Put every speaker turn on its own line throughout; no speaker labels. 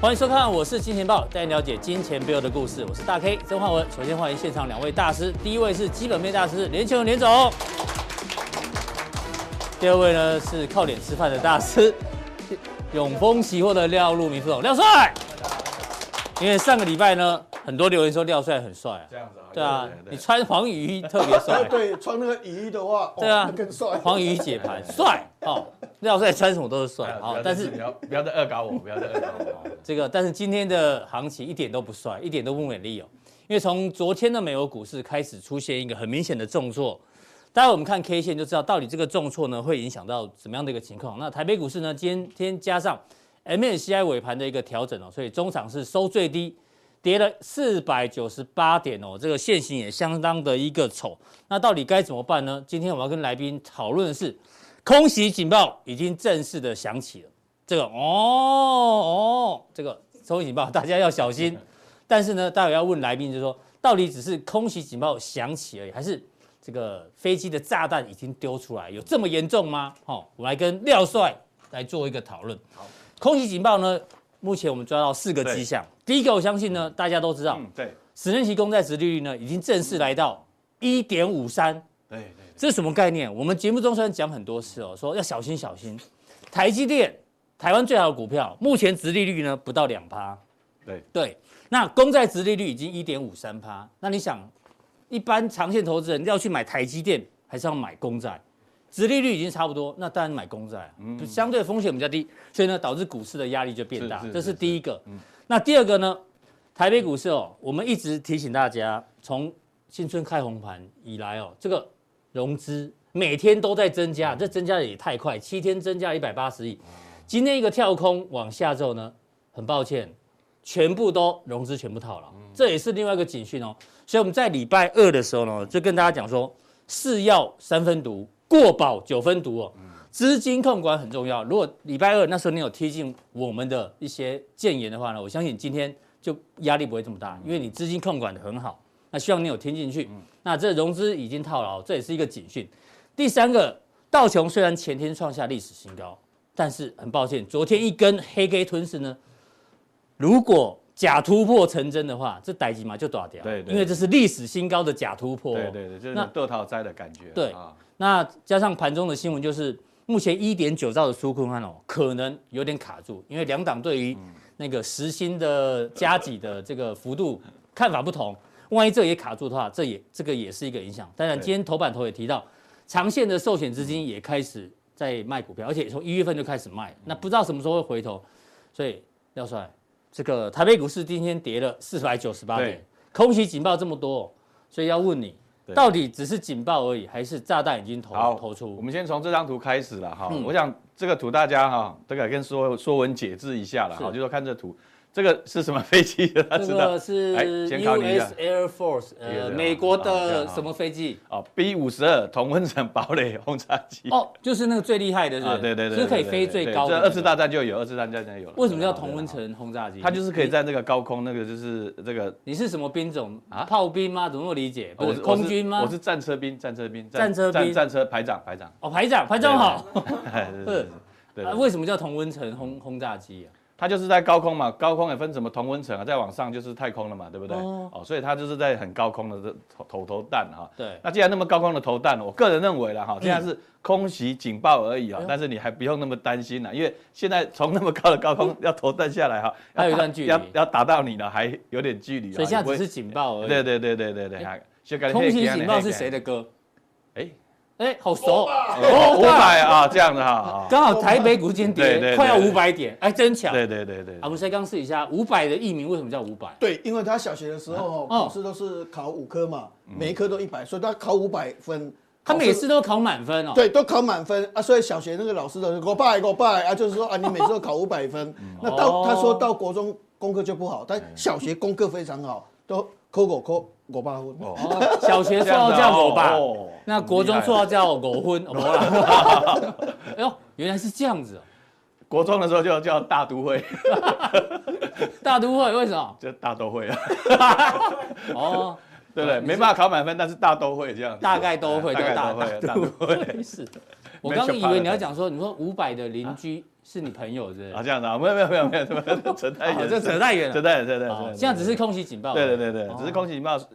欢迎收看，我是金钱豹，带您了解金钱背后的故事。我是大 K 曾焕文。首先欢迎现场两位大师，第一位是基本面大师连球连总，第二位呢是靠脸吃饭的大师永丰期货的廖路明副总廖帅。因为上个礼拜呢，很多留言说廖帅很帅啊，
这样子啊？
对啊，你
对
穿黄雨衣特别帅，
对，穿那个雨衣的话，哦
对啊
那更帅。
黄雨衣解盘帅哦，廖帅穿什么都是帅
哎呀不
啊
哦
要，
但
再
是
不要不要再恶搞我，不要再恶搞 我。啊
这个，但是今天的行情一点都不帅，一点都不美丽哦。因为从昨天的美国股市开始出现一个很明显的重挫，待会我们看 K 线就知道到底这个重挫呢会影响到怎么样的一个情况。那台北股市呢，今天加上 MSCI 尾盘的一个调整哦，所以中场是收最低，跌了四百九十八点哦，这个线形也相当的一个丑。那到底该怎么办呢？今天我要跟来宾讨论的是，空袭警报已经正式的响起了。这个哦哦，这个空袭警报大家要小 心。但是呢，待会要问来宾，就是说，到底只是空袭警报响起而已，还是这个飞机的炸弹已经丢出来，有这么严重吗？哦，我来跟廖帅来做一个讨论。好，空袭警报呢，目前我们抓到四个迹象。第一个，我相信呢，大家都知道，
嗯，对
十年期公债殖利率呢，已经正式来到一点五三，
对对，
这是什么概念？我们节目中虽然讲很多次哦，说要小心小心，台积电，台湾最好的股票，目前殖利率呢不到两趴，
对
对，那公债殖利率已经一点五三趴，那你想，一般长线投资人要去买台积电，还是要买公债？殖利率已经差不多，那当然买公债啊，
嗯
相对风险比较低，所以呢，导致股市的压力就变大，
是是
这是
是嗯
第一个。那第二个呢？台北股市哦，我们一直提醒大家，从新春开红盘以来哦，这个融资每天都在增
嗯
加，这增加的也太快，七天增加一百八十亿。今天一个跳空往下之后呢，很抱歉，全部都融资全部套牢，这也是另外一个警讯哦。所以我们在礼拜二的时候呢，就跟大家讲说，是药三分毒，过保九分毒哦。资金控管很重要。如果礼拜二那时候你有贴近我们的一些建言的话呢，我相信今天就压力不会这么大，因为你资金控管的很好。那希望你有听进
嗯
去。那这融资已经套牢，这也是一个警讯。第三个，道琼虽然前天创下历史新高，但是很抱歉，昨天一根黑 K 吞噬呢，如果假突破成真的话，这逮几嘛就打掉，
对对
因为这是历史新高的假突破、哦。
对对对，就是
那
那豆桃灾的感觉。
对
啊，
那加上盘中的新闻，就是目前一点九兆的纾困案哦，可能有点卡住，因为两党对于
嗯
那个实薪的加几的这个幅度看法不同，万一这也卡住的话，这也这个也是一个影响。当然，
对
今天头版头也提到，长线的寿险资金也开始在卖股票，而且从一月份就开始卖，那不知道什么时候会回头。所以廖帅，这个台北股市今天跌了四百九十八点
对，
空袭警报这么多哦、所以要问你。
对
到底只是警报而已，还是炸弹已经投
好
投
我
出？
们先从这张图开始了哈
嗯。
我想这个图大家哈，这个跟说说文解字一下了
是
哈，就说看这图，这个是什么飞机？ 大家
这
知道
个是
哎先考你一下
U.S. Air Force，
也
呃，
是啊
美国
啊这
的
样啊
什么飞机？
哦，B 五十二同温层堡垒轰炸机。
哦，就是那个最厉害的，是不是
啊，对对对，
就是可以
对
飞
对
最
对
高的
这
那个。
二次大战就有，二次大战就有了。
为什么叫
对啊
同温？
对啊
层轰炸机？
它就是可以在那个高空，那个就是这个
你你是什么兵种
啊
炮兵吗？怎么那么理解？不
我
是空军吗？
我是战车兵，战车兵，
战车兵
战战车排长，排长。
哦，排长，排长好。
哎对
是
对对
啊
对，
为什么叫同温层轰轰炸机啊？
它就是在高空嘛，高空也分什么同温层啊，再往上就是太空了嘛，对不对？
哦
哦，所以它就是在很高空的这投投投弹哈。
对，
那既然那么高空的投弹，我个人认为
嗯
啦哈，现在是空袭警报而已啊
哎呦，
但是你还不用那么担心啊啦，因为现在从那么高的高空要投弹下来哈，
还有一段
要打
距离
要要打到你了，还有点距离啊。
所以现在
你不会
只是警报而
对
已。哎
对对对对对，就感觉
空袭
可以
警报是谁的？歌？
哎，
哎，好熟，
哦，
哦
五百啊，这样的哈。啊
刚好台北股市今天
对对
跌
对
快要五百点，哎，真巧。
对对对对，
啊，我们才刚试一下，五百的译名为什么叫五百？
对，因为他小学的时
哦
候考试都是考五科嘛，每一科都一百，所以他考五百分。
他
考试
每次都考满分哦。，
对都考满分啊，所以小学那个老师都是我拜我拜啊，就是说啊，你每次都考五 百分。那
哦哎
到他说到国中功课就不好，但小学功课非常好，都扣扣扣我爸分。
哦
哦，小学绰号叫我爸，
哦
那国中绰号叫狗昏，哦没啦。 哎呦，原来是这样子哦。
国中的时候就叫大都会，
大都会为什么？
就大都会啊，
哦，
对不对？没办法考满分，但是大都会这样子，
大概都会，
大概
叫
都
大
会，大都会。
是。我刚刚以为你要讲说，你说五百的邻居是你朋友是不
啊，
是？
这样子啊，没有没有没有没有，什么扯太
啊
远，
这扯太远
扯
了。
太远，扯太
好
远，扯太远
哦现在只是空袭警报。哦
对对对对，只是空气警报是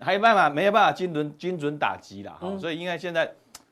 还有办法，没有办法精准精准打击啦哈，
嗯
所以应该现在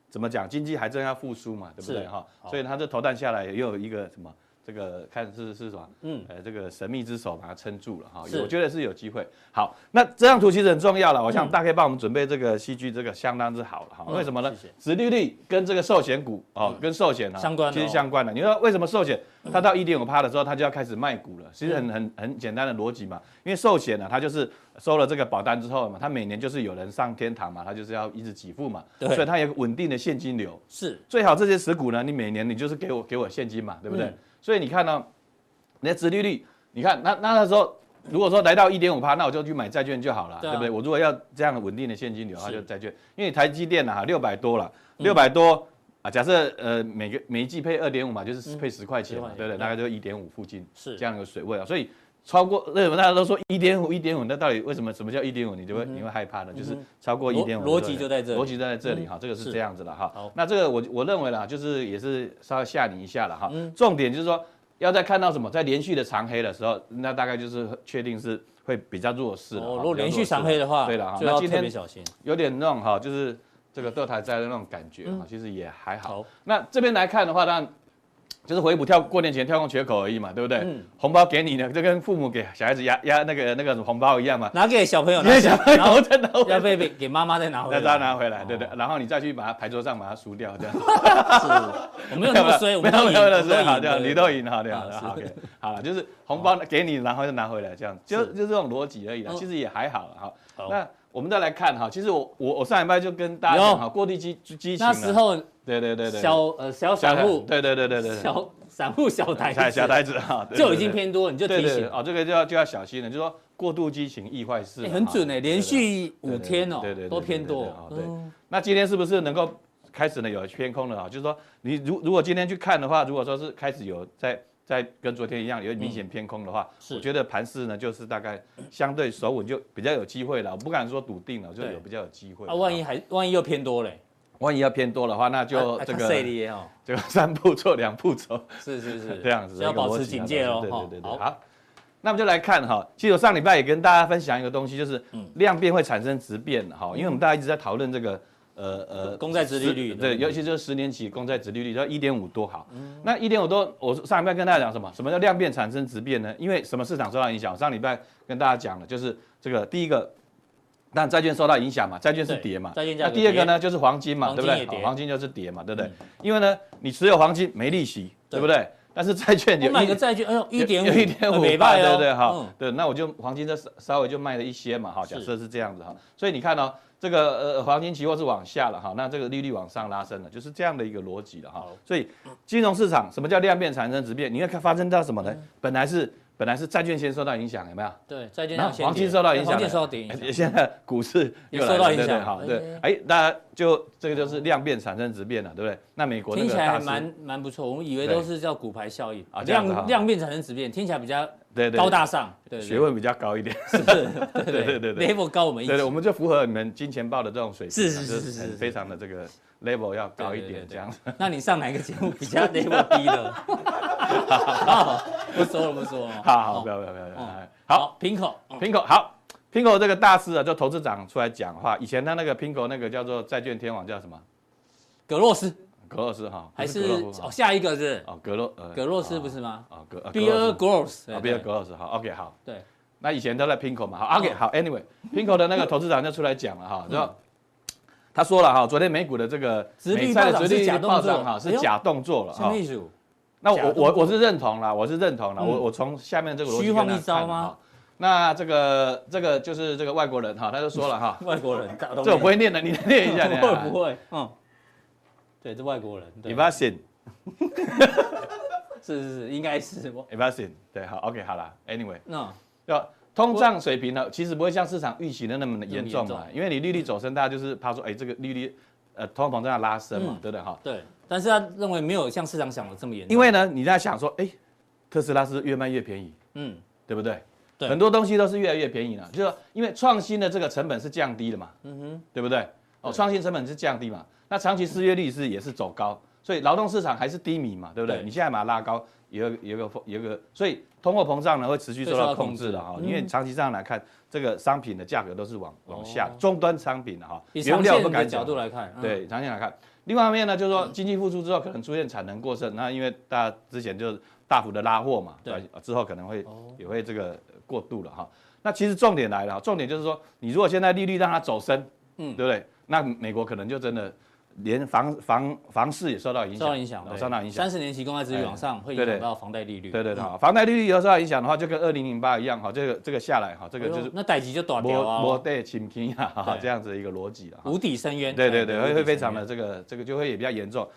怎么讲，经济还正要复苏嘛，对不对
是哦
哈？
好
所以它这投弹下来，也有一个什么这个看是是什么？
嗯，
呃，这个神秘之手把它撑住了哈，
是
我觉得是有机会。好，那这张图其实很重要了，我想大概帮我们准备这个戏剧这个相当之好了哈。
嗯
为什么呢
谢谢？嗯
殖利率跟这个寿险股哦，跟寿险啊
相关的
其实
哦
相关的。你说为什么寿险它到一点五趴的时候，它就要开始卖股了？其实很很很简单的逻辑嘛，因为寿险呢，它就是收了这个保单之后嘛，它每年就是有人上天堂嘛，它就是要一直给付嘛，
对
所以它有个稳定的现金流。
是
最好这些持股呢，你每年你就是给我给我现金嘛，对不对？
嗯
所以你看呢、你的殖利率，你看那那那时候如果说来到一点五趴，那我就去买债券就好了，
对
对,、
啊
不对？我如果要这样稳定的现金流，
是嗯
那就债券，因为台积电啊六百多了，六百多。啊，假设呃每个每一季配二点五嘛，就是配十块钱嘛，
嗯10块钱
对不
对
对？大概就一点五附近，
是
这样一个水位啊。所以超过为什么大家都说一点五一点五？那到底为什么什么叫一点五？你就会、
嗯
你会害怕呢？就是超过一点五，
逻逻辑就在这里
逻辑就在这里哈、这个
嗯是
是这样子了
好
哈。那这个我我认为啦，就是也是稍微吓你一下了哈。
嗯
重点就是说，要在看到什么在连续的长黑的时候，那大概就是确定是会比较弱势了哈。
哦，如果
比较
连续
弱势
长黑
了
的话，
对了哈。
就
那
要
今
特别
天
小心。
有点那种哈，就是这个斗台灾的那种感觉哈，其实也还好。
嗯好，
那这边来看的话，当然就是回补跳过年前跳空缺口而已嘛，对不对？
嗯
红包给你呢，就跟父母给小孩子压压那个那个什么红包一样嘛，
拿给小朋友，
你也想
然后
要再拿回
要
来，
被被给妈妈再拿回
再
来，
拿回来，
哦
对不对？然后你再去把它牌桌上把它输掉，这样。
是，我 没有那么衰，我
没
们
有
都赢，
没有
我
没
们
有，对好
赢
对好，
对
你都赢，好对好
啊
对
是
好，OK，好了，就是红包给你，然后就拿回来，这样就就这种逻辑而已啦，其实也还好了
哦好
哈。那我们再来看哈，其实我我我上礼拜就跟大家讲哈，过地基基情
那
了
时候
对对对对，
小呃小散户，
对对对对对，
小散户小台
小
子
小台子哈，对
就
对
已经
对
偏多，你就
对
提
对对
醒，
哦，这个就要就要小心了，就说过度激情易坏事
哎
嘛，
很准
哈
哎，连。
对对
续五天哦
对对对对，
都偏
对对
多，
对对
嗯
那今天是不是能够开始呢有偏空了啊？就是说，你如如果今天去看的话，如果说是开始有在在跟昨天一样有明显偏空的话，
是
我觉得盘势呢就是大概相对手稳就比较有机会了。我不敢说笃定了，就
对
有比较有机会。
啊，万一
哈
还万一又偏多嘞，
万一要偏多的话，那就
啊啊
这
较细
个
的哦，
这个三步错两步走。
是是是，
这样子，
要
这
保
个逻
持
辑
警
啊
戒
这
哦，
个
哈
对对对对，
好，
好。那我们就来看哈，其实我上礼拜也跟大家分享一个东西，就是
嗯
量变会产生质变哈，因为我们大家一直在讨论这个呃呃
公债殖利率
十
对
对，尤其就是十年期公债殖利率要一点五多好。
嗯
那一点五多，我上礼拜跟大家讲什么？什么叫量变产生质变呢？因为什么市场受到影响？我上礼拜跟大家讲了，就是这个第一个，但债券受到影响嘛，债券是
对
跌嘛，
债券价
那
格
第二个
跌
呢就是黄金嘛，
黄
对
金
不
也
对？
跌嗯
好黄金就是跌嘛，对不对？因为呢，你持有黄金没利息，
对
对不对？但是债券有
我买
一
个债券，哎呦，一点五，
一点五，
没
对
败哦，
对对，好
嗯，，
对，那我就黄金就稍稍微就卖了一些嘛，哈，
是
假设是这样子哈，所以你看哦，这个呃黄金期货是往下了哈，那这个利率往上拉升了，就是这样的一个逻辑了哈
好，
所以金融市场什么叫量变产生质变？你看看发生到什么
嗯
呢？本来是本来是债券先受到影响，有没有？
对，债券
然
要
后
先
黄金
跌
受到
对
影
黄
响
金
了哎
受到跌影响，
现在股市又来
也受到影
了对对
响
好，
哎
对，哎，那就这个就是量变产生质变了，对不对？那美国那
听
个
起来
大
还
师
蛮蛮不错，我们以为
对
都是叫骨牌效应
啊这样子哈
量量变产生质变，听起来比较
对对
高大上，对
学，问比较高一点，
对对对
对对
对对
对对
，level 高我们一
对对，我
级，
们就符合你们金钱豹的这种水平啊，
是是
就是
是
很
是
非常的这个 level 要高一
对对
点
对
这样子。
那你上哪个节目比较 level 低 的？好不说了不说了，
好好，
哦
不要不要不要，不要
嗯
好，
好，瓶口，
苹果好。苹果这个大师啊，就投资长出来讲话。以前他那个苹果那个叫做债券天王叫什么？
葛洛斯
格洛斯哈，
还
不
是
格洛夫
哦
哈
下一个是
哦格洛呃
葛洛斯不是吗
哦格呃格洛
？Beer
斯
Gross，
啊，比尔格洛斯好，OK 好。
对，
那以前都在 Pinko 嘛，
哦
好，OK 好，Anyway，Pinko 的那个投资长就出来讲了
嗯
哈，说他说了哈，昨天美股的这个
殖利率
美债
暴
的
涨
殖利
是假
率
动作
暴涨哈
哎
是
呦
假动作了
下
哈
面。一组
那
假
我
动
我
作
我是认同啦，我是认同啦，
嗯
我我从下面这个逻辑
虚晃
跟
一
他看
招吗，
哈？那这个这个就是这个外国人哈，他就说了哈
外国人，大东
这我不
会
会念的，你念一下，啊念一
会
下
不会？嗯，对，这外国人，对，
Evasion
是是是，应该是我嗯
Evasion，对，好，OK，好啦 a n y w a y
那
要通胀水平呢，其实不会像市场预期的那么严重
那么
嘛，因为你利率走升，大家就是怕说，哎，这个利率，呃，通货膨胀要拉升嘛，
嗯
对不对哈？
对，但是他认为没有像市场想的这么严重，
因为呢，你在想说，哎，特斯拉是越卖越便宜，
嗯，
对不对？
对
很多东西都是越来越便宜了，就是说因为创新的这个成本是降低了嘛，嗯哼，对不对？哦，
对
创新成本是降低嘛，那长期失业率是也是走高，所以劳动市场还是低迷嘛，对不对？
对
你现在把它拉高，有一个有一个有一个，所以通货膨胀呢会持续受
会受
到
到控
控制的哈、
制嗯
因为长期上来看，这个商品的价格都是往往下
哦，
终端商品的哈、
以
原
长
料
线
不
的
敢
角
讲，
度来看，嗯，嗯
对，长线来看。另外一方面呢，就是说经济复苏之后可能出现产能过剩，那因为大家之前就大幅的拉货嘛，
对
吧，之后可能会
哦
也会这个呃过度了哈。那其实重点来了哈，重点就是说，你如果现在利率让它走升，嗯，对不对？那美国可能就真的连房房房市也受到影响，
受到影响，
哦
对
受到影响
三。嗯十年期公开值率往上会影
对
响
对
到房贷利率，
对对对，哈房贷利率有受到影响的话，就跟二零零八一样哈，这个这个下来哈，这
哎
个
呦，
就是
那代级就短掉
摸摸
啊，
对轻轻啊，哈哈
对
这样子的一个逻辑了哈。
无底深渊，哎
对对对，会
无底深
会
渊
非常的这个这个就会也比较严重，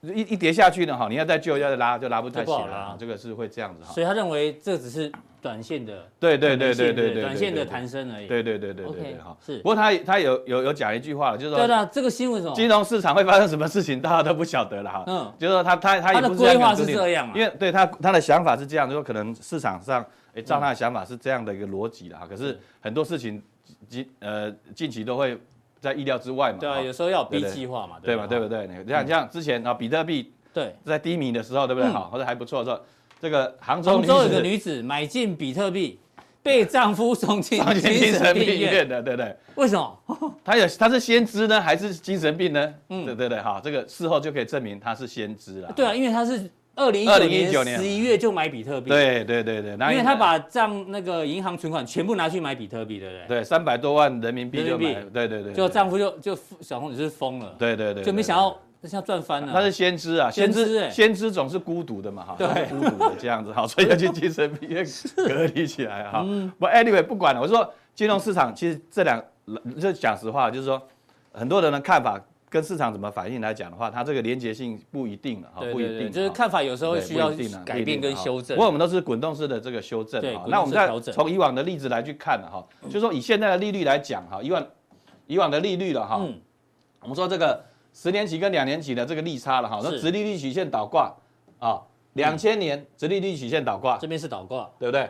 一一跌下去呢哈，你要再救要再拉就拉不太起
就不
来
好拉
哈，这个是会这样子哈。
所以他认为这只是短线的，
对对对对
短线
对对，
短线的
弹，
弹升而已。
对对对对对
OK，
对哈。
是
不过他他有有有讲一句话了，就是
对
说
啊，这个新闻是什
金
么？
融市场会发生什么事情，大家都不晓得了哈。
嗯，
就是说他他他也
他的
不是要
规划
赶
是
出你
这样啊
因为对他他的想法是这样，就是说可能市场上诶照
嗯
他的想法是这样的一个逻辑了哈，可是很多事情近呃近期都会在意料之外嘛，
对啊，
哈
有时候要有
对
B
对
计划嘛，
对
吧
吧？对不对？
嗯
你像像之前啊，比特币
对。
在低迷的时候，对不对？好，或者还不错的时候，这个杭
嗯
州
杭州有
子
个 女子买进比特币，被丈夫送 进
上进
精
精
神
神
病
病
院，
院的，对不对？
为什么？
她有她是先知呢，还是精神病呢？嗯，对对对，好，这个事后就可以证明她是先知了。
对啊，因为她是二零一九
2019
年
年
十一月就买比特币，，
对对对对，那
因为她把账那个银行存款全部拿去买比特币，对不对？
对三百多万人民币就
人
买
民，
对对对，
就
这样，
丈夫就就小红你是疯了，
对对对，
就没想
到。
到这下赚翻了。
他是先知啊，先
嗯先知欸
知先知总是孤独的嘛，哈，
对
他是孤独的这样子，哈，所以要去精神病院隔离起来 哈。不，anyway，不管了，我说金融市场其实这两，就讲实话，就是说很多人的看法跟市场怎么反应来讲的话，它这个连结性不一定了，哈，
对
不一
对
定
对，
哈，
就是看法有时候
对
需要
不一定啊
改变跟修正
不过。我们都是滚动式的这个修正
对
哈
滚动式
那我们再
调整嗯
从以往的例子来去看哈，就说以现在的利率来讲哈，以往以往的利率了哈，
嗯
我们说这个十年期跟两年期的这个利差了哈，那
是
直利率曲线倒挂啊，两千年直利率曲线倒挂，
这边是啊倒挂，
对不对？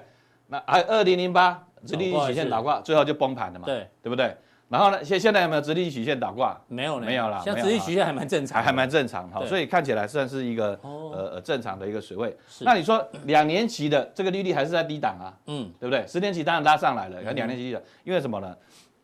那还有二零零八直利
倒
率
挂
曲线
是
倒挂，最后就崩盘了嘛，
对，
对不对？然后呢，现现在有没有直利率曲线倒挂？
没有呢，
没有啦
像
没有
直立
啦
曲线还蛮正常
还
的，
还蛮正常哈，
对
所以看起来算是一个
哦
呃呃正常的一个水位。
是
那你说两年期的这个利率还是在低档啊，
嗯，
对不对？十年期当然拉上来了，可两年期的，因为什么呢？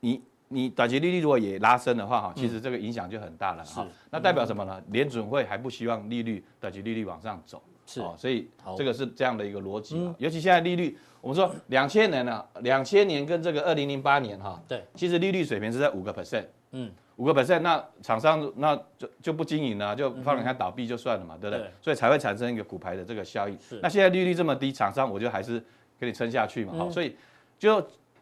你你短期利率如果也拉升的话哈，其实这个影响就很大了哈
是。
那代表什么呢？联准会还不希望利率短期利率往上走，
是
哦，所以
好嗯
这个是这样的一个逻辑啊。尤其现在利率，我们说两千年呢，两千年跟这个二零零八年哈，
对，
其实利率水平是在五个 percent。
嗯，
五个 percent，那厂商那就就不经营了，就放人家倒闭就算了嘛，对不
嗯
对
对？
所以才会产生一个骨牌的这个效应
是。嗯
那现在利率这么低，厂商我就还是给你撑下去嘛，好，所以就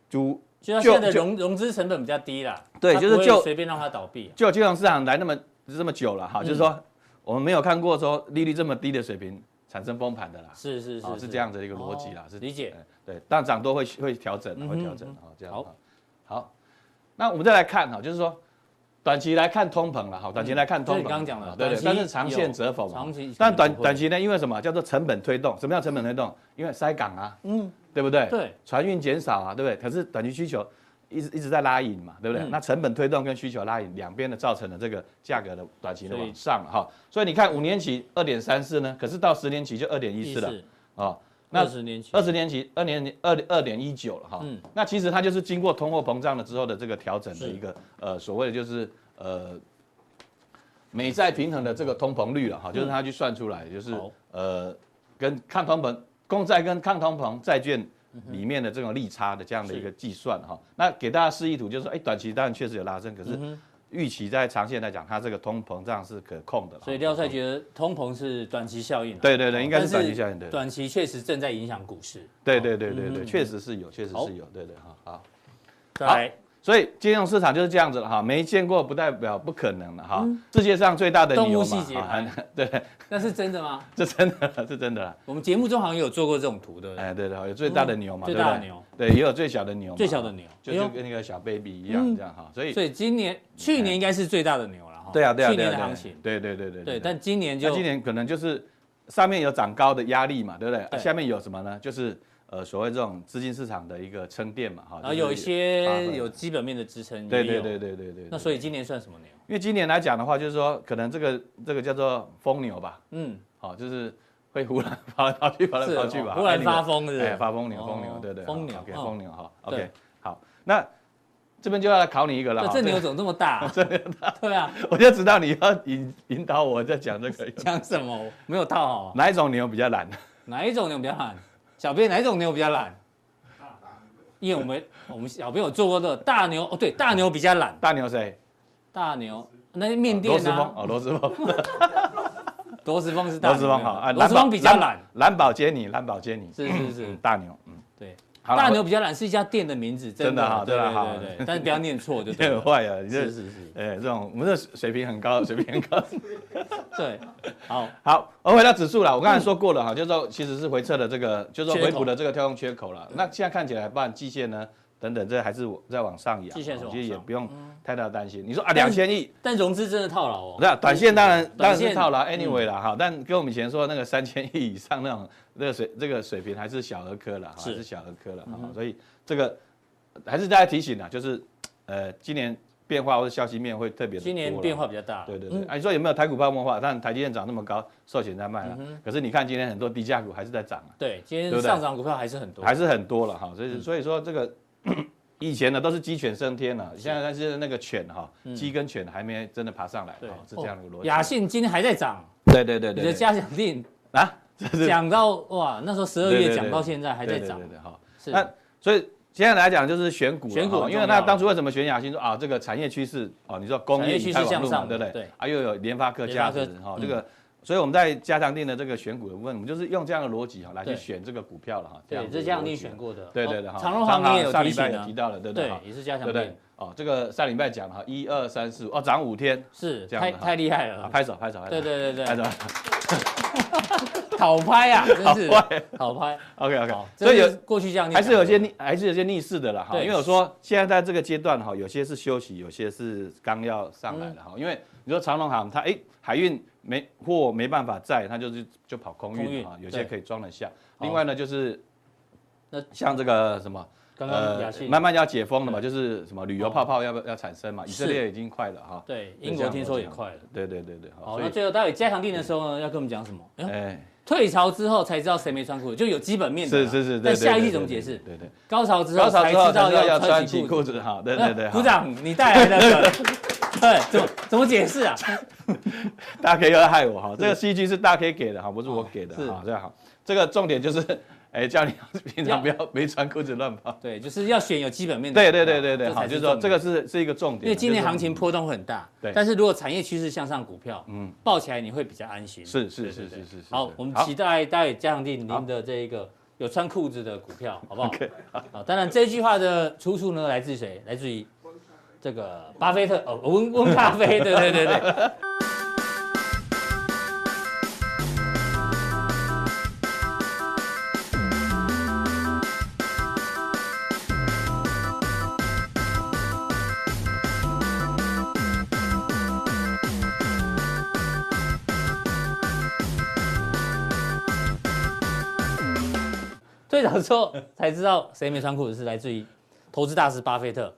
主
就像
就
现在的
就
融融资成本比较低啦，
对
它
就是
不会
就
随便让它倒闭啊，
就金融市场来那么这么久了
嗯
哈，就是说我们没有看过说利率这么低的水平产生崩盘的啦，
是是
啊
是
是这样子的一个逻辑啦
哦，
是
理解。
哎对，但涨多会会调整
嗯，哼
会调整哈，这样
好
哈。好，那我们再来看哦哈，就是说短期来看通膨了哈，短期来看
嗯就
通
是
膨，哦
你刚刚讲的
对
短
对，
期
但是长线折否
有
嘛，
长期
但短
不会
短期呢，因为什么叫做成本推动？什么叫成本推动？因为塞港啊，嗯，对不对？
对，
船运减少啊，对不对？可是短期需求一直一直在拉引嘛，对不对？
嗯
那成本推动跟需求拉引两边的造成了这个价格的短期的
所以
往上了哈，所以你看五年期二点三四呢，可是到十年期就二点一四了
意思
啊。那
二十年前
二十年期二年二二点一九了哈，
嗯
那其实它就是经过通货膨胀了之后的这个调整的
是
一个呃所谓的就是呃美债平衡的这个通膨率了哈，就是它去算出来，就是
嗯好
呃跟抗通膨公债跟抗通膨债券
嗯
里面的这种利差的这样的一个计算哈，那给大家示意图就是说，哎、短期当然确实有拉升，可
嗯
是预期在长线来讲，它这个通膨胀是可控的了哈，
所以廖帅觉得通膨是短期效应啊，
对对对
哦
应该是
但
短期效应对
短期确实正在影响股市。
对对对对
嗯
对，确实是有，确实
好
是有，对对哈好。
再来，
所以金融市场就是这样子了哈，没见过不代表不可能的哈。世界上最大的
嗯动
牛
物
嘛，
细节
哈
盘
对，
那是真的吗？
这真的， 这真的啦。
我们节目中好像有做过这种图，对不对？
哎，对的，有最大的牛
嗯
嘛，对不
最大的
对
牛，
对，也有最小的牛嘛，
最小的牛
就
哎呦嗯
就跟那个小 baby 一样这样哈。所以，
所以今年、去年应该是最大的牛了哈。
对啊，对啊，
去
对
年
啊
的
对啊
行情，
对对对对啊
对，但今年
那
就
今年可能就是上面有涨高的压力嘛，对不对？
对
下面有什么呢？就是呃所谓这种资金市场的一个沉淀嘛，哈，
然
就
后哦
是
有一
发挥
些有基本面的支撑，
对
也
对
有
对对对对，
那所以今年算什么牛？
因为今年来讲的话，就是说可能这个这个叫做疯牛吧，
嗯，
好、就是会忽然跑来跑去，跑来
是哦
跑去吧，
忽然
anyway，
发疯是不
哎，
是？
发疯牛，
哦
疯牛，对对，
疯牛
给
哦
疯牛哈
对
，OK，好，那这边就要来考你一个了
对
哈，
这牛怎么这么大 啊？对啊，
这个我就知道你要引引导我在讲这 个，
讲什么？没有套好，啊
哪一种牛比较懒？
哪一种牛比较懒？小编哪一种牛比较懒？因为我们我们小编有做过的大牛哦，对，大牛比较懒，
大牛谁？
大牛那些面
罗
店
斯峰
啊，
哦，罗斯峰，
罗斯峰是大
罗
牛，
斯峰好啊，
罗斯峰比较懒，，
蓝宝接你，蓝宝接你，
是是
嗯
是，
大牛，嗯，
对，
好了
大牛比较懒是一家店的名字，
真的哈
对对
真的啊哈
对对，但是不要念错就
你
对
很
了，
坏啊，你这
是是是，
哎，这种我们这水平很高，水平很高。
对，好，
好，而回到指数了，我刚才说过了哈，就是说其实是回撤的这个，就是
嗯
说
缺口
回补的这个跳空缺口了。那现在看起来，不然季线呢等等，这还是在往上扬，
季线是往上嗯
其实也不用太大的担心。你说啊，两千亿，
但融资真的套牢哦，
那短线当然当
短
然
线嗯
是套牢，anyway 啦哈，但跟我们以前说那个三千亿以上那种那个水这个水平还是小儿科了，哈
是
还是小儿科了哈
嗯，哼
所以这个还是大家提醒啊，就是呃今年变化或者消息面会特别地
今年
多啦
变化比较大，
对对
嗯
对，哎、你说有没有台股泡沫化？但台积电涨那么高，寿险在卖
嗯
了、可是你看今天很多低价股还是在涨啊，
对，今天
对不对
上涨股票还是很多，
还是很多了哈。所
嗯
以、所以说这个 以前呢都是鸡犬升天了，现在但是那个犬哈，鸡跟犬还没真的爬上来，
嗯对
哦、是这样的一个逻辑。
雅信今天还在涨，
对对对
你
对
的
对，
嘉奖定
啊，这是
讲到哇，那时候十二
对对
月
对
讲到现在还在
对
涨
对，对对哈。
是
那所以现在来讲就是选股了哈，
选股很重要
因为那当初为什么选雅欣说啊，这个产业趋势哦，你说工
产
业
业趋
以
势
太
向
网络嘛，
上
对不对？
对
啊，又有联发科
联
价
发科
值哈，
嗯
这个，所以我们在加强定的这个选股的部分，我们就是用这样的逻辑哈来去
对
选这个股票了哈。
对，
子
这
的
是嘉奖定
逻辑
选。过的，
对对对
哦
哈，
长荣行业有
上
提
礼拜
醒
有
啊
提，到了，对对
对
哈，
也是嘉
对
奖
不对
定，？
哦，这个上礼拜讲了哈，一二三四五，哦，涨五天，
是
这样
太
的哈
太厉害
啊，
了，
拍手拍手拍手，
嗯对对对
拍手
对，，讨拍 啊，真是
好快
讨拍，
，OK
好
OK，，
所
所以
以
有
有过去这样，
还是有些逆，还是有些逆势的啦哈。
对
因为我说现在在这个阶段哈，有些是休息，有些是刚要上来了哈。
嗯
因为你说长隆行，它哎、海运没货没办法载，它就是就跑空
空
运
运
啊，有
对
些可以装得下。
好
另外呢，就是
那
像这个什么。
刚刚雅信，
呃
哦
慢慢要解封了嘛，就是什么旅游泡泡要不要产生嘛？以色
是
列已经快了哈。
对，
对
英
这
国
样
听说也
我讲
快了。
对对对对，好
好，
所
那
以嗯
最后待会加强定的时候呢，要跟我们讲什么？哎呦
哎，
退潮之后才知道谁没穿裤子，就有基本面的
是
啦。
是是，对
但
对
下一
对
句怎么
对
解释？
对对，
高潮之
高
后
潮
才
之后
知
才
道
知道
要
要穿
穿
起
起
裤
裤
子
子。
哈， 对对对，
鼓
好
掌，你带来 的。对，怎么怎么解释啊？
大 K 又要害我哈，这个 CG 是大 K 给的哈，不是我给的
是
哈，这样好。这个重点就是， 哎，叫你平常
要
不要没穿裤子乱跑。
对，就是要选有基本面的
对
股票。
对对对对，好，
才
就是
重
说
点
这个，是是一个重点啊，
因为今年
就是
行情波动会很大，
对
但是如果产业趋势向上，股票
嗯
嗯抱起来你会比较安心。
是是
对
是
对
是
对
是是。
好
是，
我们期待待会加强定您的这一个有穿裤子的股票，好不 好？好，当然这句话的出处呢，来自于谁？来自于这个巴菲特哦，温温咖啡，对对对对。 退场之后才知道谁没穿裤子是来自于投资大师巴菲特。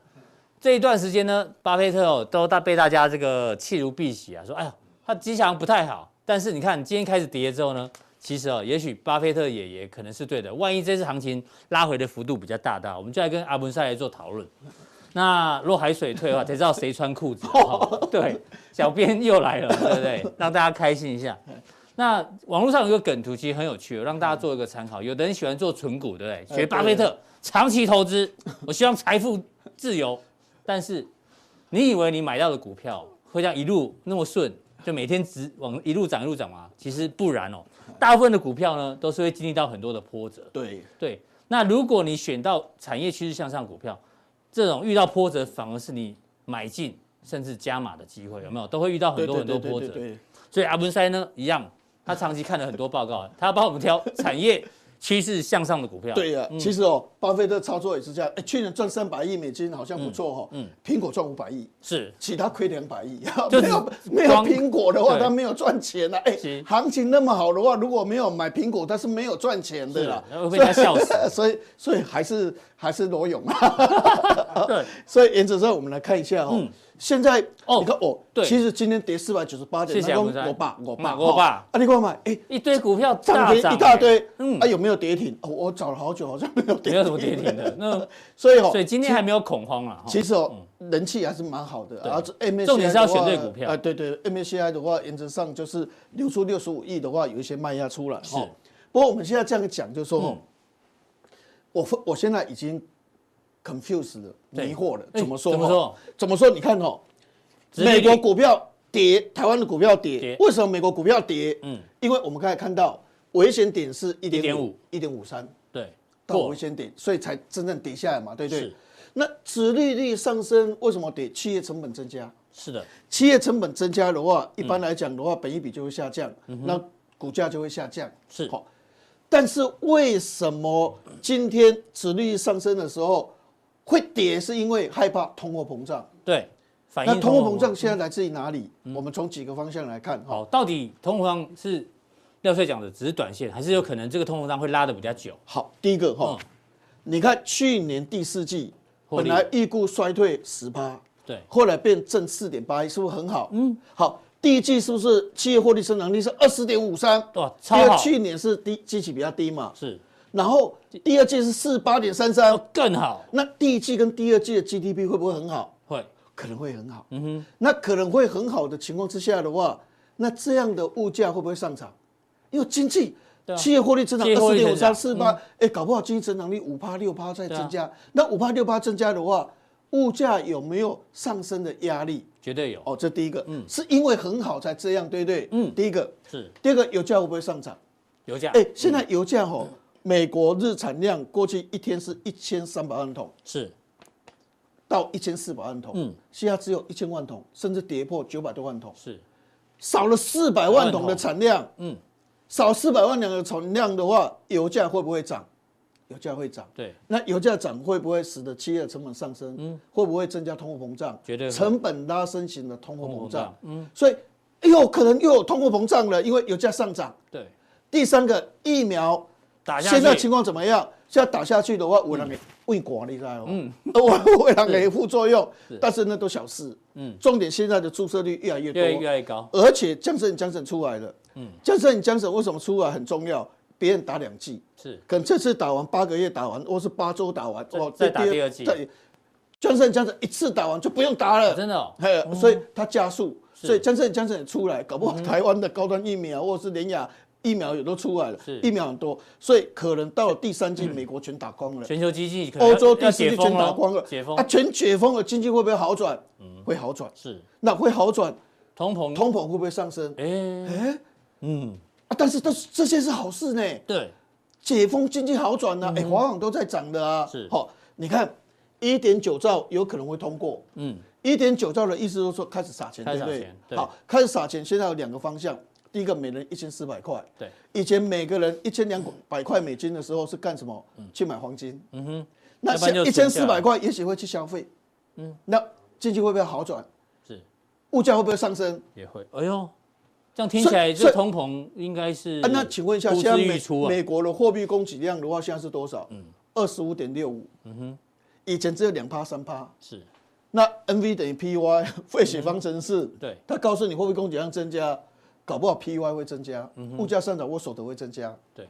这一段时间呢，巴菲特哦都大被大家这个弃如敝屣啊，说哎呀，他吉祥不太好。但是你看今天开始跌之后呢，其实哦，也许巴菲特也也可能是对的。万一这次行情拉回的幅度比较大大，我们就来跟阿文赛来做讨论。那若海水退的话，才知道谁穿裤子。哦对，小编又来了，对不对？让大家开心一下。那网络上有一个梗图，其实很有趣哦，让大家做一个参考。有的人喜欢做纯股，对不对？学巴菲特长期投资，我希望财富自由。但是，你以为你买到的股票会这样一路那么顺，就每天只往一路涨一路涨吗？其实不然哦，大部分的股票呢，都是会经历到很多的波折。
对，
对，那如果你选到产业趋势向上股票，这种遇到波折反而是你买进甚至加码的机会，有没有？都会遇到很
对
多
对
很多
对
波
对
折啊
对。对，
啊 所以阿文塞呢一样，他长期看了很多报告，他帮我们挑产业趋势向上的股票。
对呀、其实哦，巴菲特操作也是这样。哎，去年赚三百亿美金，好像不错哈、哦。嗯，苹果赚五百亿，
是
其他亏两 百亿。
就是
没有没有
光
苹果的话，
对
他没有赚钱呐、啊。哎
是，
行情那么好的话，如果没有买苹果，他是没有赚钱的
是
啦
啦。，会被人家笑死。
所以， 所以还是还是罗勇啊。
对，
所以原则上我们来看一下哦，现在
嗯哦
你看哦，
对
其实今天跌四百九十八点，
谢谢
那
阿
我
文
爸
山
我爸
嗯我爸
啊，你给我买，哎，
一堆股票
涨
大
停
涨
一大堆，
嗯
啊有没有跌停？哦我找了好久，好像没有跌
欸没
停，
有什么跌停的。那
所以哦，
所以今天还没有恐慌啊了。
其实哦，人气还是蛮好的。然后这 MSCI
嗯重点是要
的话
选对股票
啊，对对，MSCI 的话，原则上就是流出六十五亿的话，有一些卖压出来哦。不过我们现在这样讲，就是
嗯
说哦，我分我现在已经 confused 了，
对
迷惑了。
哎
怎么说？
怎么说？
怎么说？你看哦，
殖利
美
率
国股票跌，台湾的股票跌
跌，
为什么美国股票跌？嗯，因为我们刚才看到危险点是一点五
1.5，
一点五三。
对，
到
过
危险点，所以才真正跌下来嘛，对不对
是？
那殖利率上升，为什么跌？企业成本增加，
是的，
企业成本增加的话，一般来讲的话，本益比就会下降，那股价就会下降。
是
好，但是为什么今天殖利率上升的时候会跌？是因为害怕通货膨胀。
对，反
那
映
通货膨胀现在来自于哪里？我们从几个方向来看哈。
好，到底通货膨胀是廖帅讲的只是短线，还是有可能这个通货膨胀会拉的比较久？
好，第一个哈，你看去年第四季
获
本
利
来预估衰退十趴，
对，
后来变正四点八一，是不是很好？嗯，好，第一季是不是企业获利增长率是二十点五三？
哇，
因
超
为
好，
去年是低基期比较低嘛，
是
然后第二季是四十八点三
要
三，
更好，
那第一季跟第二季的 GDP 会不会很好？
会
可能会很好。嗯哼，那可能会很好的情况之下的话，那这样的物价会不会上涨？因为经济。
对啊
企业获利增长
企业获
二十
利
点五
增
三
长嗯
四八，哎，搞不好经济增长率五趴六趴在
对啊
增加，那五趴六趴增加的话，物价有没有上升的压力？
绝对有，
哦，这第一个，是因为很好才这样，对不对？嗯，第一个，
是
第二个，油价会不会上涨？
油价，
哎，现在油价吼，美国日产量过去一天是一千三百万桶
是
到一千四百万桶，嗯，现在只有一千万桶，甚至跌破九百多万桶，
是
少了四百万
400万
桶
桶
的产量，嗯，少四百万两的产量的话，油价会不会涨？油价会涨，
对，
那油价涨会不会使得企业成本上升？会不会增加通货膨胀？
嗯绝对会
成本拉升型的通货膨
通货膨
胀
胀。
嗯，所以又可能又有通货膨胀了，因为油价上涨。
对，
第三个疫苗
打下去，嗯
现在情况怎么样？现在打下去的话，我让你胃管你知道 吗？我我让你副作用，但是那都小事。嗯，重点现在的注射率越来越多
越，来越来越高，
而且江省江省出来了。嗯，江省江省为什么出来很重要？别人打两剂，
是
可能这次打完八个月打完，或是八周打完，
再
哦，
再打第二剂
对，江省江省一次打完就不用打
啊
了，
真的哦，嗯
嘿，所以它加速，所以江省江省也出来，搞不好台湾的高端疫苗或是联雅疫苗也都出来了
是，
疫苗很多，所以可能到了第三季美国全打光了。
全球经济可能
欧洲
要
第
要
四季
解
全
封
打
咯
光了，
解封嗯
啊，全解封了，经济会不会好转？会好转。
是
那会好转，
通膨，
通膨会不会上升？
哎，
哎，嗯，啊，但是都是这些是好事呢。
对，
解封经济好转呢、哎、华航都在涨的啊。
嗯是
好、你看一点九兆有可能会通过。嗯，一点九兆的意思就是说开始撒钱，
开
对
始
不
撒
对
钱？对
好，开始撒钱，现在有两个方向，第一个每人一千四百块。
对，
以前每个人一千两百块美金的时候是干什么？去买黄金。嗯哼，那
要不然就
一千
存
四
下
百
来
块也许会去消费。嗯，那经济会不会好转？
是
物价会不会上升？
也会，哎呦，这样听
所以
起来
所
这
以
通膨应该是
啊，那请问一下，
呼
现
之
在
欲
美
出啊
美国的货币供给量的话，现在是多少？嗯，二十五点六五。嗯哼，以前只有两趴三趴。
是
那 NV 等于 PY，费 雪方程式，
对，
它告诉你货币供给量增加，搞不好 PY 会增加，物价上涨，我所得会增加。
嗯对，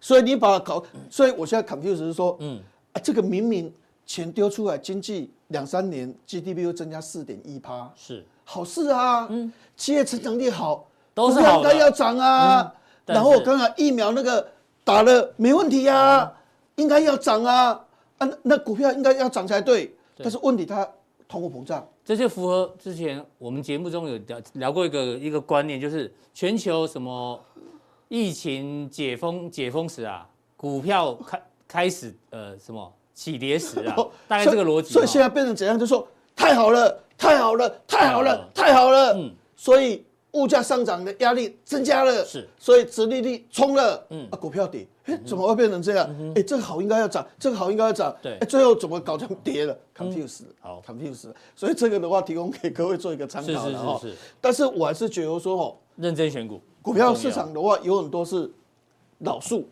所以你把搞，所以我现在 confuse 是说，嗯，啊，这个明明钱丢出来，经济两三年 GDP 会增加四点一趴，
是
好事啊，
嗯
企业成长率好，
都是
股票
好的嗯
应该要涨啊。
但是
然后我刚才疫苗那个打了没问题
嗯
啊，应该要涨啊，啊，那那股票应该要涨才对。但是问题它通货膨胀，
这就符合之前我们节目中有聊聊过一个一个观念，就是全球什么疫情解封解封时啊，股票开开始呃什么起跌时啊
哦，
大概这个逻辑、哦。
所以所以现在变成怎样？就说太好了，太好了，太好
好
了
了，嗯
太好了。所以物价上涨的压力增加了，
是，
所以殖利率冲了，嗯，啊，股票跌，哎，怎么会变成这样？哎，这个好应该要涨，这个好应该要涨，
嗯对嗯
哎最后怎么搞成跌了？confuse，
好
，confuse，所以这个的话，提供给各位做一个参考了哦
是是是是
但是我还是觉得说哦，
认真选股，
股票市场的话，有很多是老树，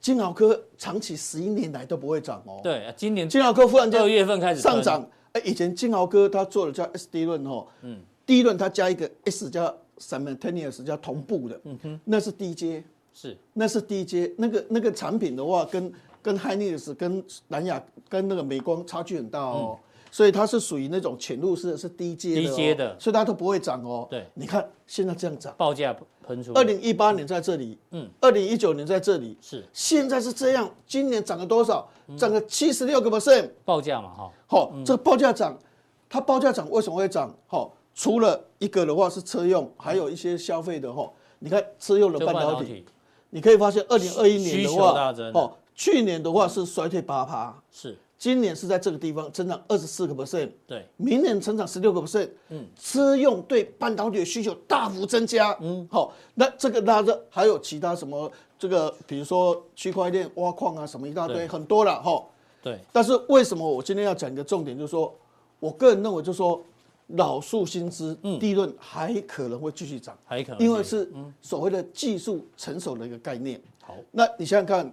金豪科长期十一年来都不会涨哦。，
对，啊今年
金豪科忽然间
二月份开始
上
喷
涨，哎，以前金豪科它做的叫 S D 论哦，嗯，第一轮它加一个 S 叫 simultaneous 叫同步的，嗯哼，那是低阶，
是
那是低阶，那个那个产品的话，跟跟 Hynix、跟蓝牙、跟那个美光差距很大哦。所以它是属于那种潜入式的，是低阶的、
嗯
哦，
低阶的
所以它都不会涨哦。
对
你看现在这样涨，
报价喷出，
二零一八年在这里，嗯，二零一九年在这里，
是
现在是这样，今年涨了多少？
嗯
涨了七十六个 percent，
报价嘛哈，
好，这个报价涨，它报价涨为什么会涨？好，除了一个的话是车用，还有一些消费的哈。你看车用的
这
半
半
导
导
体，
体
你可以发现二零二一年
需
的
求
话
大增，
哦，去年的话是衰退八趴，
是
今年是在这个地方增长二十四个 percent，
对，
明年成长十六个 percent，嗯，车用对半导体的需求大幅增加，嗯，好，那这个拉着还有其他什么这个，比如说区块链挖矿啊，什么一大堆，
对
很多了哈。齁
对，
但是为什么我今天要讲一个重点，就是说，我个人认为就是说，老树新枝，
嗯
利润还可能会继续涨，
还可能
因为是所谓的技术成熟的一个概念。
嗯好，
那你想想看，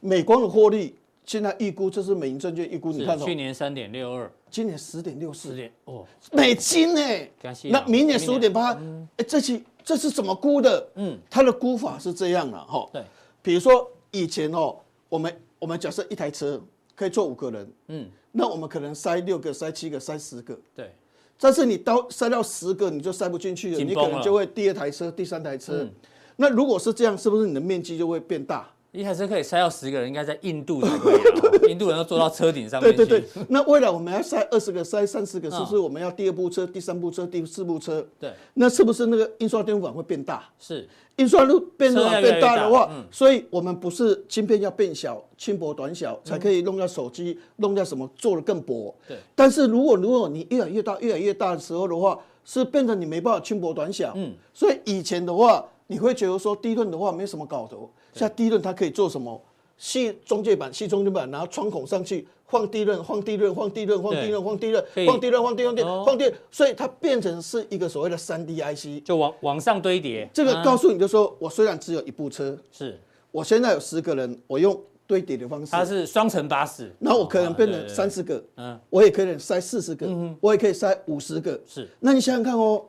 美光的获利现在预估，这是美银证券预估，你看
是
哦
去，年三点六二，
今年十点六四
十点哦，
美金呢、
感谢啊
那明年十五
明年嗯
点八，哎，这期这是怎么估的？嗯，它的估法是这样的哈。
对，
比如说以前哦，我们我们假设一台车可以坐五个人，嗯，那我们可能塞六个、塞七个、塞十个，
对，
但是你到塞到十个你就塞不进去了，
紧
你
绷
可
了嗯
能就会第二台车、第三台车。那如果是这样，是不是你的面积就会变大？
一台车可以塞到十个人，应该在印度才可以啊， 哦印度人都坐到车顶上面
对
去，
对对，那未来我们要塞二十个、塞三十个，是不是
嗯
我们要第二部车、第三部车、第四部车？
对
那是不是那个印刷天花板会变大？
是
印刷路变得
车要越来
变
越
大的话
大，嗯
所以我们不是芯片要变小、轻薄短小，才可以弄到手机、弄到什么做的更薄。
嗯对，
但是如果如果你越来越大、越来越大的时候的话，是变成你没办法轻薄短小。嗯，所以以前的话，你会觉得说低论的话没什么搞头，像低论它可以做什么？细中介板、细中介板，然后穿孔上去放低论、放低论、放低论、放低论、放低论、
可以哦
放低论、放低论、放低论，所以它变成是一个所谓的三 D IC。
就往往上堆叠，
这个
啊
告诉你就说，我虽然只有一部车，
是
我现在有十个人，我用堆叠的方式，
它是双层巴士，
然后我可能变成
啊
三十个，
嗯
我也可以塞四十个，我也可以塞五十个。
是，
那你想想看哦，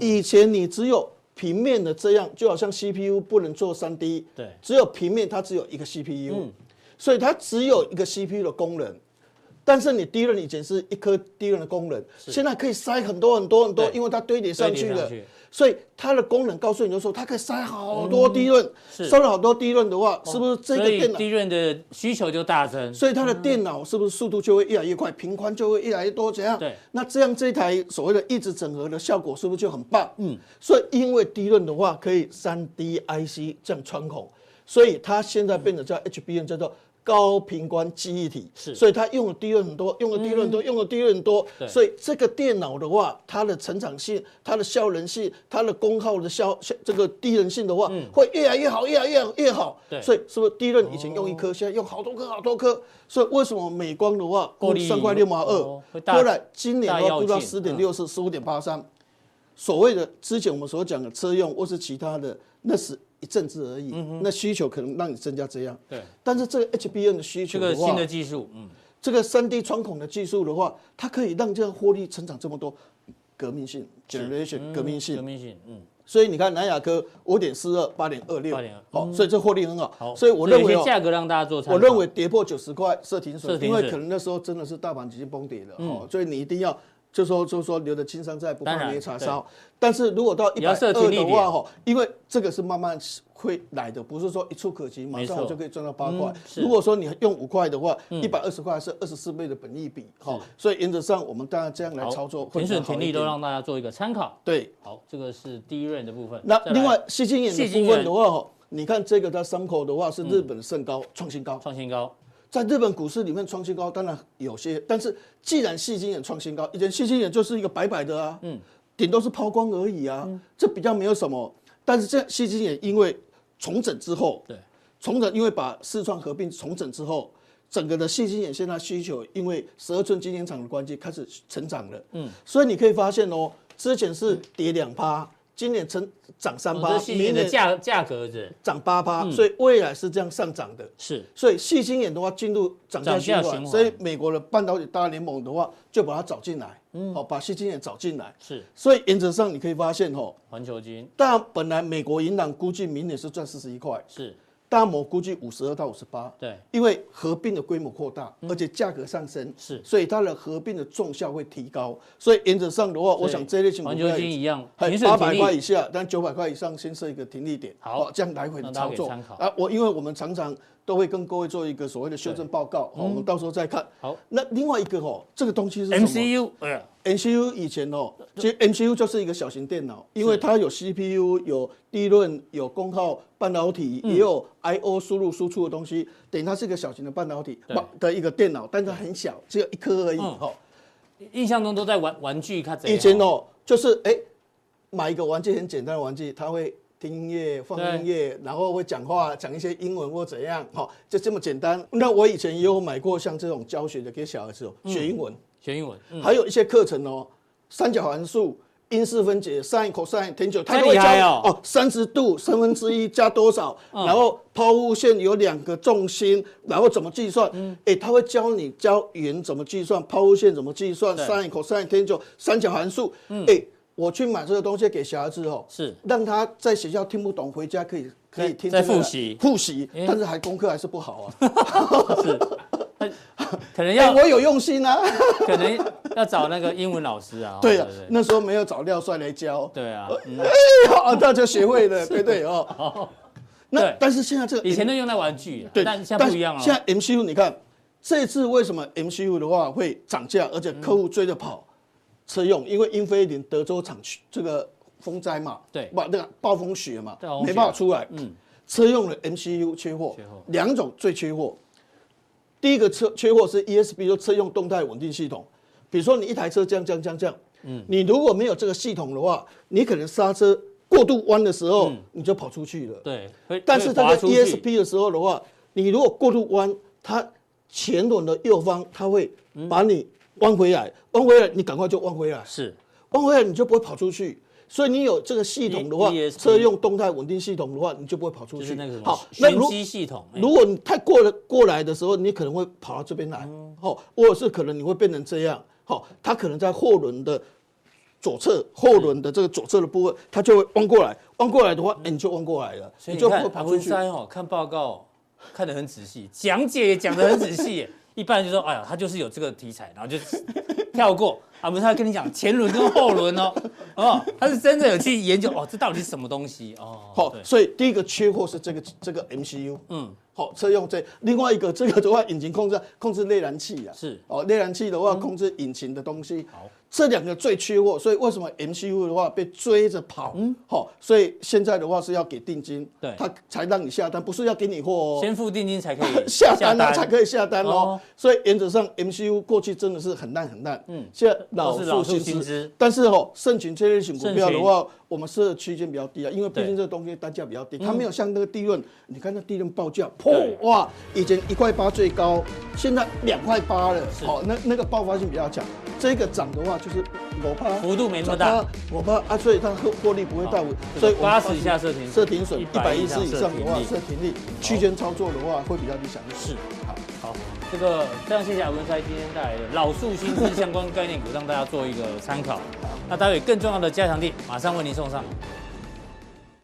以前你只有平面的这样，就好像 CPU 不能做三 D，
对嗯
只有平面它只有一个 CPU，、所以它只有一个 CPU 的功能。但是你低润以前是一颗低润的功能，现在可以塞很多很多很多，
对
因为它堆叠上去
堆叠
了
上去，
所以它的功能告诉你就说它可以塞好多低润，
嗯是哦
塞了好多低润的话，是不是这个
所以
电脑
低润的需求就大增，
所以它的电脑是不是速度就会越来越快，频宽就会越来越多？怎样？
对
那这样这台所谓的一直整合的效果是不是就很棒？嗯，所以因为低润的话可以三 D IC 这样穿孔，所以它现在变得叫 HBM，叫做。高频宽记忆体，
是嗯
所以它用的低润很多，用的低润很多，用的低润很多，
对
所以这个电脑的话，它的成长性、它的效能性、它的功耗的效效这个低能性的话，会越来越好，越来越好越好。
嗯对哦
所以是不是第一轮以前用一颗，现在用好多颗好多颗？所以为什么美光的话
获
估
利
三块六毛
哦
二
会，大
后来今年的
大嗯
话
跃
估到十
进
点六四、十五点八三。所谓的之前我们所讲的车用或是其他的，那是一阵子而已，那需求可能让你增加这样。
嗯对，
但是这个 HBN 的需
这
求
个
的
新
话
的，技术，嗯，
这个三 D 穿孔的技术的话，它可以让这样获利成长这么多，革命性 generation 革命性
革。命性，嗯，
所以你看南亚科五点四二、八点二六
8.26，
好，所以这获利很好。
嗯好，
所以我认为
有
哦
些价格让大家做参考，
我认为跌破九十块设停损
设，停
因
损嗯
为可能那时候真的是大盘已经崩跌了，哦，所以你一定要就说就说留得青山在，不
当
怕
然
没柴烧。但是如果到一
也
百
要
二
设停利
的
点
话，哈，因为这个是慢慢会来的，不是说一触可及，马
没
上
错
我就可以赚到八块
嗯。是嗯
如果说你用五块的话，一百二十块是二十四倍的本益比，哈，所以原则上我们当然这样来
好
操作会
停
比较
损
好一点，
停利都让大家做一个参考。
对。
好，这个是第一任的部分。
那
再来
另外细晶眼的
细晶
部
圆
分的话，哈，哦你看这个它三口的话是日本的盛高创新高。
创新高，
在日本股市里面创新高，当然有些，但是既然细晶眼创新高，以前细晶眼就是一个白白的啊，嗯，顶多是抛光而已啊，
嗯
这比较没有什么。但是这西京也因为重整之后，
对，
重整因为把四川合并重整之后，整个的细晶眼线它需求因为十二寸晶圆厂的关系开始成长了，嗯，所以你可以发现哦，之前是跌两趴，今年成涨三
哦
趴
这，嗯细
明
晶的
年
价嗯价格是
涨八趴，所以未来是这样上涨的。
是
所以细晶眼的话进入涨价循
涨价循
环，
环
所以美国的半导体大联盟的话就把它找进来，嗯，哦，把细晶眼找进来。
是
所以原则上你可以发现哦，
环球金
当然本来美国银行估计明年是赚四十一块，
是
大摩估计五十二到五十八，
对
因为合并的规模扩大，而且价格上升，
是，
所以它的合并的重效会提高。所以原则上的话，我想这一类情
环
况
球金一样，
还
平
八
水
百
平
块
利
以下，但九百块以上先设一个停利点，
好
哦这样来回的
让大家
操
可以
作
参考
啊。我因为我们常常都会跟各位做一个所谓的修正报告，哦好，我们到时候再看。
嗯好，
那另外一个哦，这个东西是什么
MCU，哎呀
MCU 以前哦，其实 MCU 就是一个小型电脑，因为它有 CPU、有低论、有功耗半导体，
嗯
也有 I/O 输入输出的东西，等于它是一个小型的半导体
对
的一个电脑，但是它很小，只有一颗而已哦
嗯
哈。
印象中都在玩玩具，看
以前，哦，就是哎、买一个玩具很简单的玩具，它会听音乐、放
对
音乐，然后会讲话，讲一些英文或怎样，哈、就这么简单。那我以前也有买过像这种教学的给小孩子哦，学英文，
学英文，嗯
还有一些课程哦，三角函数。因式分解、sin、cosine、tan 九，它
太
都会
厉害
教
哦嗯
哦，三十度三分之一加多少，然后抛物线有两个重心，然后怎么计算？
嗯
哎、它会教你教圆怎么计算，抛物线怎么计算
对嗯
，sin、cosine、tan 九，三角函数。哎、我去买这个东西给小孩子哦，
是
让他在学校听不懂，回家可以可以
在
听
在
这个
复
来
习
复习
哎，
但是还功课还是不好 啊。
哦可能
哎、
要
我有用心啊。
可能要找那个英文老师啊，哦
对啊
不，
那时候没有找廖帅来教。
对啊，嗯
哦，大家学 会了，对对哦。那
对
但是现在这个
以前都用在玩具啊，
对，
但现在不一样了，
现在 MCU 你看，这次为什么 MCU 的话会涨价，而
嗯
且客户追着跑？车用，因为英飞凌德州厂区这个风灾嘛，
对
不那个暴风雪嘛
对暴，风雪啊
没办法出来。嗯，车用的 MCU 缺货
缺货，
两种最缺货。第一个车缺货是 ESB，就车用动态稳定系统。比如说你一台车这样这样这样这样，嗯，你如果没有这个系统的话，你可能刹车过度弯的时
嗯
候，你就跑出去了。
对，会
但是
会
它
滑
在
出去
ESP 的时 E 候的话，你如果过度弯，它前轮的右方它会把你弯回来，弯回来你赶快就弯回来，
是
弯回来你就不会跑出去。所以你有这个系统的话
E-，ESP
车用动态稳定系统的话，你就不会跑出
就是
去
那个什。么
好，那
玄
如
机系统，哎
如果你太过了过来的时候，你可能会跑到这边来，
哦
好、或者是可能你会变成这样，好、它可能在后轮的左侧，后轮的这个左侧的部位，它就会弯过来，弯过来的话，哎你就弯过来了，
嗯所以你
就不
看
会
阿
跑出
文
去。
山哦，看报告看得很仔细，讲解也讲得很仔细 耶。一般人就说，哎呀，他就是有这个题材，然后就跳过。阿文山跟你讲前轮跟后轮哦， 哦，他是真的有去研究哦，这到底是什么东西哦？
好、
对，
所以第一个缺货是这个这个 MCU，嗯，好、车用这，另外一个这个的话，引擎控制控制内燃气啊，
是嗯
哦，内燃气的话控制引擎的东西，好、这两个最缺货，所以为什么 MCU 的话被追着跑，嗯，好、所以现在的话是要给定金，
对
他才让你下单，不是要给你货哦，
先付定金才可以
下单了才可以下单
哦
哦。所以原则上 MCU 过去真的是很烂很烂，嗯，现在老
都是老
树
树
新
新
枝
枝。
但是哦，盛群这类型股票的
盛
话，我们设的区间比较低啊，因为毕
对
竟这个东西单价比较低，它没有像那个地润，你看那地润报价，砰哇，以前一块八最高，现在两块八了，好，那那个爆发性比较强。这个涨的话就是我怕
幅度没那么大，哦
我怕啊，所以它获获利不会大，
这个
所以我们
80以下设停损
设停损，一
100
百一
以
十
上
以
设
上的话
停利
设停利，区间操作的话会比较理想一
是
些。好。
好，这个非常谢谢阿文塞今天带来的老树新枝相关概念股，让大家做一个参考。那待会更重要的加强地马上为您送上。